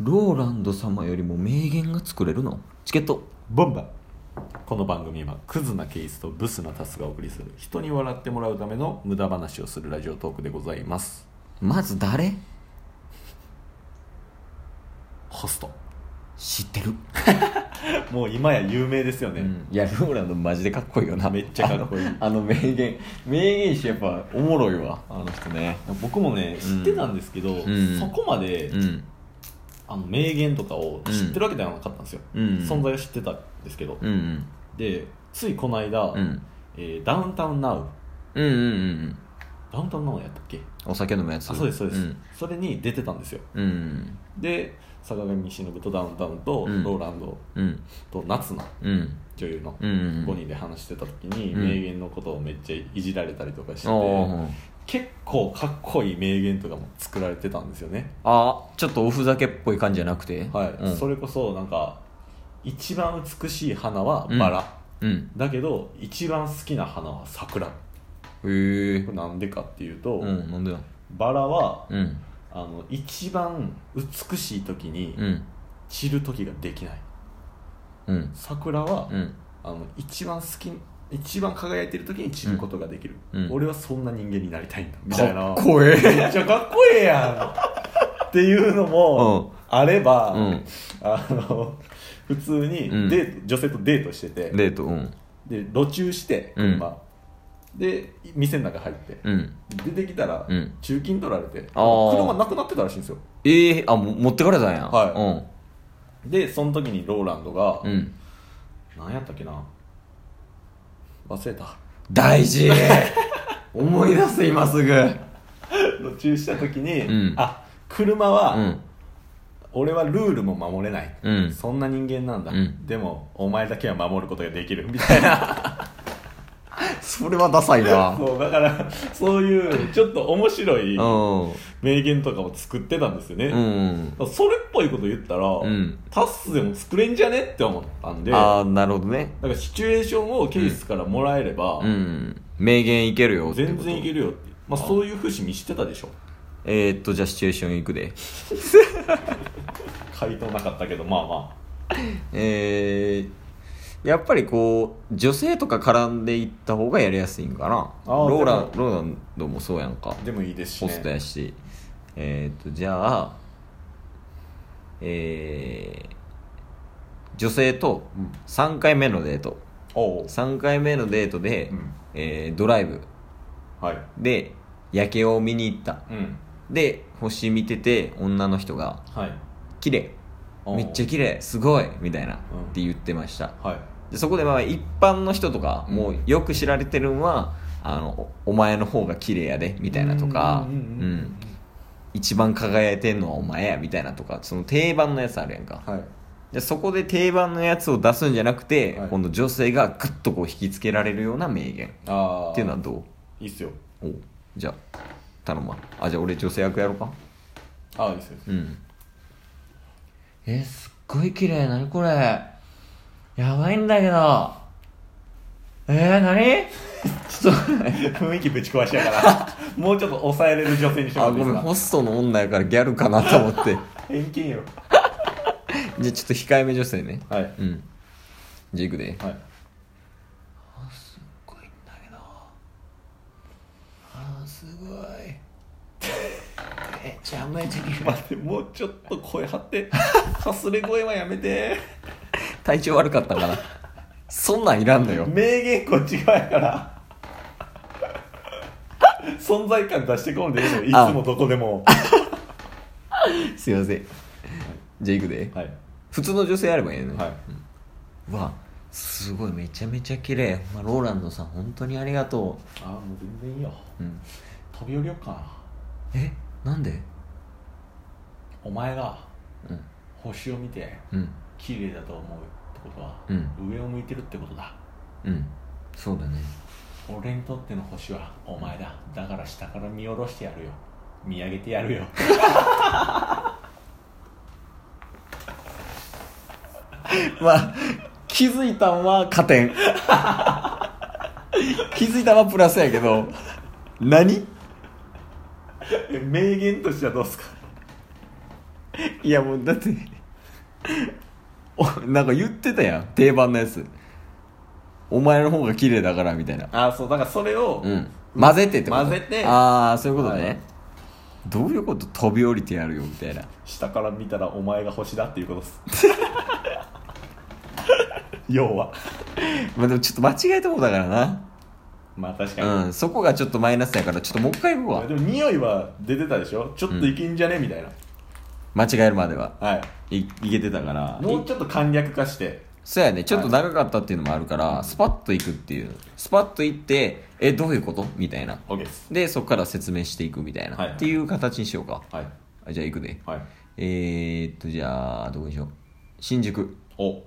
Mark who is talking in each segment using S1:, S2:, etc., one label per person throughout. S1: ローランド様よりも名言が作れるのチケット
S2: ボンバこの番組はクズなケースとブスなタスがお送りする人に笑ってもらうための無駄話をするラジオトークでございます
S1: まず誰
S2: ホスト
S1: 知ってる、
S2: もう今や有名ですよね、
S1: いやローランドマジでかっこいいよな
S2: めっちゃかっこいい
S1: あのあの名言名言師やっぱおもろいわあの人ね
S2: 僕もね知ってたんですけど、
S1: ん
S2: そこまで、
S1: うん
S2: あの名言とかを知ってるわけではなかったんですよ、
S1: うん
S2: 存在を知ってたんですけど、
S1: うんうん
S2: でついこの間、
S1: うん
S2: えーダウンタウンナウ
S1: うんうんうん
S2: ダウンタウンナウやったっけ
S1: お酒飲むやつ
S2: あそうですそうです、
S1: ん
S2: それに出てたんですよ
S1: うん
S2: で坂上忍とダウンタウンと
S1: うん
S2: ローランド
S1: うん
S2: と夏菜
S1: うん
S2: 女優の
S1: うんうん
S2: 5人で話してた時に
S1: うん
S2: 名言のことをめっちゃいじられたりとかして、
S1: おー
S2: 結構かっこいい名言とかも作られてたんですよね
S1: あちょっとおふざけっぽい感じじゃなくて
S2: はい、
S1: うん、
S2: それこそなんか一番美しい花はバラ、
S1: うん
S2: だけど一番好きな花は桜こ
S1: へえ
S2: れなんでかっていうと、
S1: うんなんでなん
S2: バラは
S1: うん
S2: あの一番美しい時に
S1: うん
S2: 散る時ができない
S1: うん
S2: 桜は、
S1: うん
S2: あの一番好き一番輝いてる時に散ることができる、
S1: うんうん
S2: 俺はそんな人間になりたいんだみ
S1: か
S2: たいな
S1: っこええ
S2: めっちゃかっこええやんっていうのもあれば、
S1: うん
S2: あの普通に
S1: うん
S2: デート、女性とデートしてて
S1: デートうん
S2: で路中して
S1: うん
S2: 車、で店の中入って、
S1: うん
S2: 出てきたら、
S1: うん
S2: 中金取られて
S1: あー
S2: 車なくなってたらしいんですよ
S1: ええあも持ってかれたんや
S2: はでその時にローランドが、
S1: うん、うん、
S2: 何やったっけな忘れた
S1: 大 事思い出す今すぐう
S2: 路中した時に、
S1: うん
S2: あ車は、
S1: ん
S2: 俺はルールも守れない、
S1: うん
S2: そんな人間なんだ、
S1: うん
S2: でもお前だけは守ることができるみたいな
S1: それはダサいな
S2: そうだからそういうちょっと面白い
S1: うん
S2: 名言とかも作ってたんですよね、
S1: うん
S2: それっぽいこと言ったら、
S1: ん
S2: タッスでも作れんじゃねって思ったんでだ
S1: ああなるほどね
S2: からシチュエーションをケースからもらえれば、
S1: うん名言いけるよってこと
S2: 全然いけるよって、まあ、そういう節見してたでしょ
S1: えー、っとじゃあシチュエーションいくで
S2: 回答なかったけどまあま
S1: えー、やっぱりこう女性とか絡んでいった方がやりやすいんかな
S2: あー
S1: ローラ
S2: で
S1: ローランドもそうやんか
S2: あでもいいですし
S1: ホスト
S2: ね
S1: やし、えー、っとじゃあえー、女性と
S2: うん
S1: 3回目のデート
S2: おう
S1: 3回目のデートで、
S2: うん
S1: えードライブ
S2: はい
S1: で夜景を見に行った
S2: うん
S1: で星見てて女の人が
S2: はい
S1: 「綺麗
S2: おう
S1: めっちゃ綺麗すごい」みたいな、
S2: うん
S1: って言ってました
S2: はい
S1: でそこでまあ一般の人とかもうよく知られてるんは「あのおお前の方が綺麗やで」みたいなとか
S2: うんうんうんうん
S1: うん一番輝いてんのはお前や」みたいなとかその定番のやつあるやんか
S2: はい
S1: でそこで定番のやつを出すんじゃなくて、
S2: はい
S1: 今度女性がグッとこう引きつけられるような名言っ
S2: ああ
S1: ていうのはど
S2: いいっすよ
S1: うおうじゃあ頼むわあじゃあ俺女性役やろうか
S2: ああいいっすよ
S1: うんえすっごい綺麗何これやばいんだけどえー、何ちょっ
S2: 雰囲気ぶち壊しやから もうちょっと抑えれる女性にして
S1: と
S2: もら
S1: あ
S2: っ
S1: ご
S2: てい
S1: め
S2: いで
S1: ん
S2: すか
S1: ホストの女やからギャルかなと思って
S2: 偏見よ
S1: じゃあちょっと控えめ女性ね
S2: はい
S1: うんじゃあいくで
S2: はい
S1: すごいんだけどあーすごい えじゃあめちゃ
S2: 待ってもうちょっと声張ってかすれ声はやめて
S1: 体調悪かったからそんなんいらんのよ
S2: 名言こっち側やから存在感出してこんでいいのい
S1: あ
S2: つもどこでも
S1: すいませんじゃあいくで
S2: はい
S1: 普通の女性やればいいのね
S2: はい
S1: わすごいめちゃめちゃ綺麗、まあ、ローランドさん本当にありがと
S2: ああもう全然いいよ
S1: う、うん、
S2: 飛び降りよっかな
S1: えなんで
S2: お前が
S1: うん
S2: 星を見て
S1: うん
S2: 綺麗だと思うってことは、
S1: うん
S2: 上を向いてるってことだ
S1: うんそうだ ね
S2: 俺にとっての星はお前だだから下から見下ろしてやるよ見上げてや るよ
S1: まあ気づいたんは加点 気づいたんはプラスやけど何
S2: 名言としてはどうですか
S1: いやもうだっておなんか言ってたやん定番のやつお前の方が綺麗だからみたいな
S2: あそうだからそれを、
S1: うん混ぜてってこと
S2: 混ぜて
S1: ああそういうことね、
S2: はい
S1: どういうこと飛び降りてやるよみたいな
S2: 下から見たらお前が星だっていうこと です
S1: 要はまあでもちょっと間違えたことだからな
S2: まあ確かに、
S1: うんそこがちょっとマイナスやからちょっともう一回行くわ
S2: でも匂いは出てたでしょちょっといけんじゃね、みたいな
S1: 間違えるまでは
S2: はい
S1: いいけてたから
S2: もうちょっと簡略化して
S1: そうやねちょっと長かったっていうのもあるから、スパッと行くっていうスパッと行ってえどういうことみたいな
S2: OK です
S1: でそこから説明していくみたいな、
S2: は
S1: っ
S2: い
S1: ていう形にしようか
S2: はい
S1: あじゃあ行くね
S2: はい
S1: えー、っとじゃあどこにしよう新宿
S2: お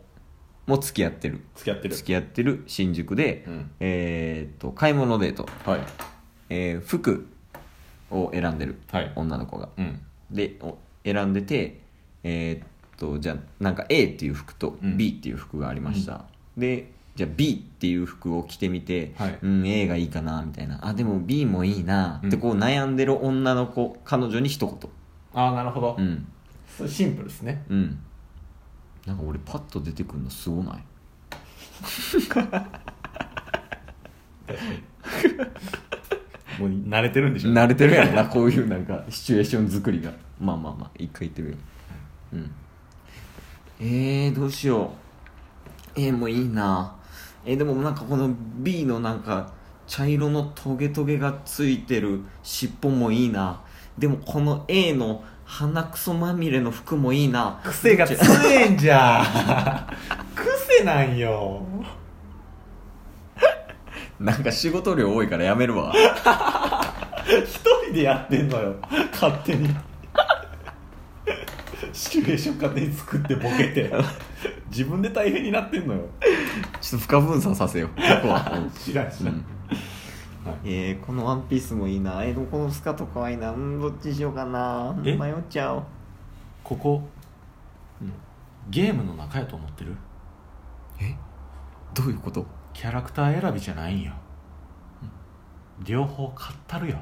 S1: も付き合ってる
S2: 付き合ってる
S1: 付き合ってる新宿で、
S2: うん
S1: えー、っと買い物デート、
S2: はい
S1: えー服を選んでる、
S2: はい
S1: 女の子が
S2: うん
S1: でお選んでてえーっとじゃあなんか A っていう服と
S2: うん
S1: B っていう服がありました、でじゃあ B っていう服を着てみて、
S2: はい
S1: うん、A がいいかなみたいなあでも B もいいな
S2: うん
S1: ってこう悩んでる女の子彼女に一言
S2: ああなるほど、
S1: うん
S2: それシンプルですね
S1: うんなんか俺パッと出てくるのすごない
S2: もう慣れてるんでしょ
S1: 慣れてるやろなこういうなんかシチュエーション作りがまあまあまあ一回言ってみよううんえー、どうしよう A もいいなえーでもなんかこの B のなんか茶色のトゲトゲがついてる尻尾もいいなでもこの A の鼻くそまみれの服もいいな
S2: 癖が強えんじゃん癖なんよ
S1: なんか仕事量多いからやめるわ
S2: 一人でやってんのよ勝手にシチュエーション勝手に作ってボケて自分で大変になってんのよ
S1: ちょっと不可分散させようここは、 うん
S2: 知らん知らん、
S1: えー、このワンピースもいいな、えー、このスカートかわいいな、うん、どっちにしようかな、
S2: え
S1: 迷っちゃう。
S2: ここ、ゲームの中やと思ってる
S1: えどういうこと
S2: キャラクター選びじゃないんよ、両方買ったるよ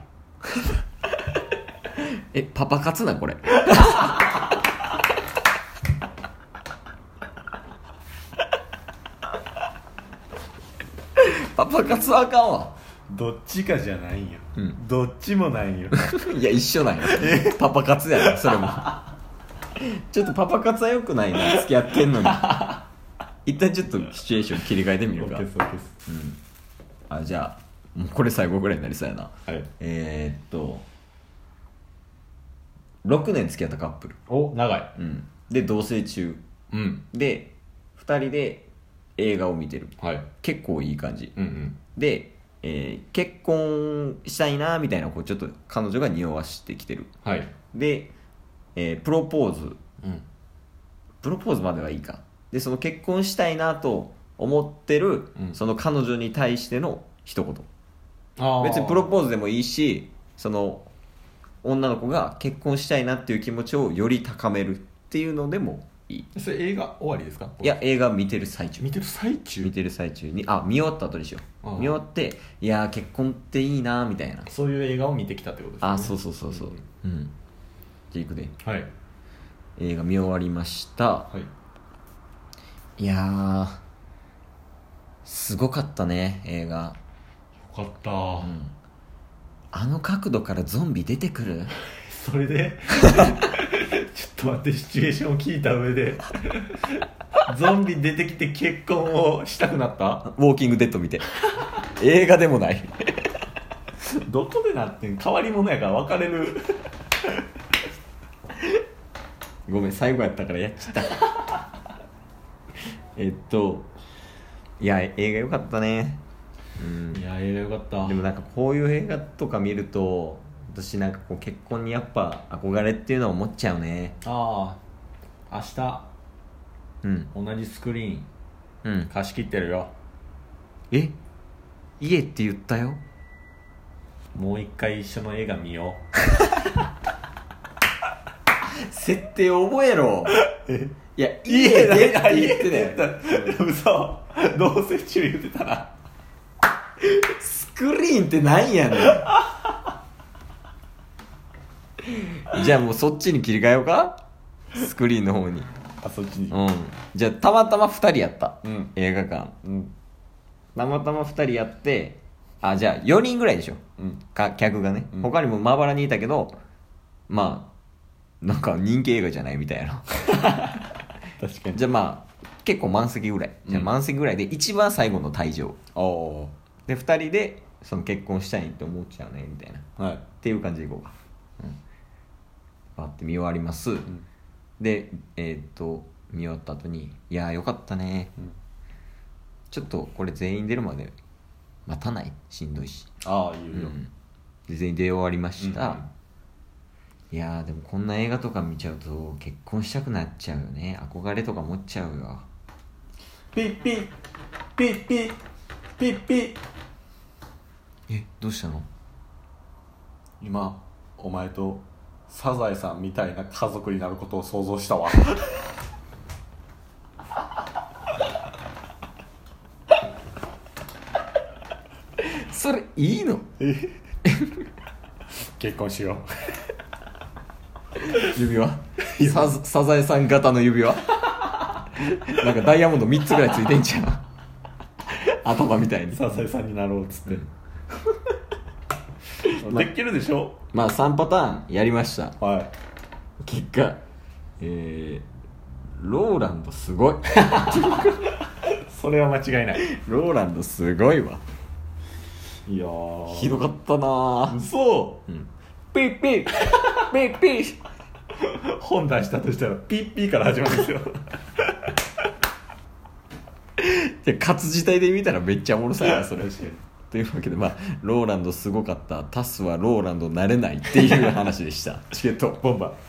S1: え、パパ活な、こ れ。パパ活はあかんわ。
S2: どっちかじゃないんよ、
S1: うん
S2: どっちもないんよ
S1: いや、一緒なんや。パパ活やな、それも。ちょっとパパ活は良くないな、付き合ってんのに。 一旦ちょっとシチュエーション切り替えてみるか。うん、あじゃあもうこれ最後ぐらいになりそうやな
S2: はい
S1: えー、っと6年付き合ったカップル、
S2: お長い
S1: うん、で同棲中
S2: うん
S1: で2人で映画を見てる
S2: はい
S1: 結構いい感じ
S2: うんうん
S1: で、えー結婚したいなみたいなこうちょっと彼女が匂わしてきてる
S2: はい
S1: で、えープロポーズ
S2: うん
S1: プロポーズまではいいかでその結婚したいなと思ってる、
S2: うん
S1: その彼女に対しての一言
S2: あ
S1: 別にプロポーズでもいいしその女の子が結婚したいなっていう気持ちをより高めるっていうのでもいい
S2: それ映画終わりですか
S1: いや映画見てる最中
S2: 見てる最中
S1: 見てる最中にあ見終わった後でしょ
S2: ああ
S1: 見終わっていやー結婚っていいなーみたいな
S2: そういう映画を見てきたってことですね
S1: あそうそうそうそううんじゃあ行くで
S2: はい
S1: 映画見終わりました
S2: はい
S1: いやーすごかったね映画
S2: よかった、
S1: うんあの角度からゾンビ出てくる
S2: それで ちょっと待ってシチュエーションを聞いた 上でゾンビ出てきて結婚をしたくなった
S1: ウォーキングデッド見 て映画でもない
S2: どこでなってん変わり者やから別れる
S1: ごめん最後やったからやっちゃった えっといや映画良かったねうん
S2: いや映画よかった
S1: でもなんかこういう映画とか見ると私なんかこう結婚にやっぱ憧れっていうのは思っちゃうね
S2: ああ
S1: うん
S2: 明日同じスクリーン
S1: うん
S2: 貸し切ってるよ
S1: え家って言ったよ
S2: もう一回一緒の映画見よ
S1: 設定覚えろいや
S2: う
S1: 家でっ
S2: だ
S1: て言ってたよ
S2: 嘘同棲中言ってたな
S1: スクリーンってなんやねんじゃあもうそっちに切り替えようかスクリーンの方に
S2: あそっちに
S1: うんじゃあたまたま2人やった、
S2: うん
S1: 映画館
S2: うん
S1: たまたま2人やってあじゃあ4人ぐらいでしょ
S2: うん
S1: か客がね、
S2: うん
S1: 他にもまばらにいたけどまあなんか人気映画じゃないみたい な
S2: 確かに
S1: じゃあまあ結構満席ぐらいじゃあ
S2: うん
S1: 満席ぐらいで一番最後の退場
S2: ああ
S1: で2人でその結婚したいって思っちゃうねみたいなっ
S2: はい
S1: ていう感じでいこうか、うん、バッて見終わります、
S2: ん
S1: でえーっと見終わった後に「いやーよかったね
S2: うん
S1: ちょっとこれ全員出るまで待たないしんどいし」
S2: ああ言うよ、
S1: で全員出終わりました、
S2: うん
S1: いやーでもこんな映画とか見ちゃうと結婚したくなっちゃうよね憧れとか持っちゃうよ
S2: ピッピッピッピッピッピッ
S1: えどうしたの
S2: 今お前とサザエさんみたいな家族になることを想像したわ
S1: それいいの
S2: 結婚しよ
S1: 指輪サザサザエさん型の指輪なんかダイヤモンド3つぐらいついてんじゃん頭みたいうに
S2: サザエさんになろうっつって、
S1: ま
S2: できるでしょ
S1: まあ3パターンやりました
S2: はい
S1: 結果えー、ローランドすごい
S2: それは間違いない
S1: ローランドすごいわ
S2: いやー
S1: ひどかったなー
S2: 嘘
S1: うんピッピッピッピッ
S2: 本出したとしたらピッピーから始まるんですよ
S1: で活字体で見たらめっちゃおもろそうやなそれ
S2: 確かに
S1: というわけでまあローランドすごかったタスはローランドなれないっていう話でしたチケット
S2: ボンバー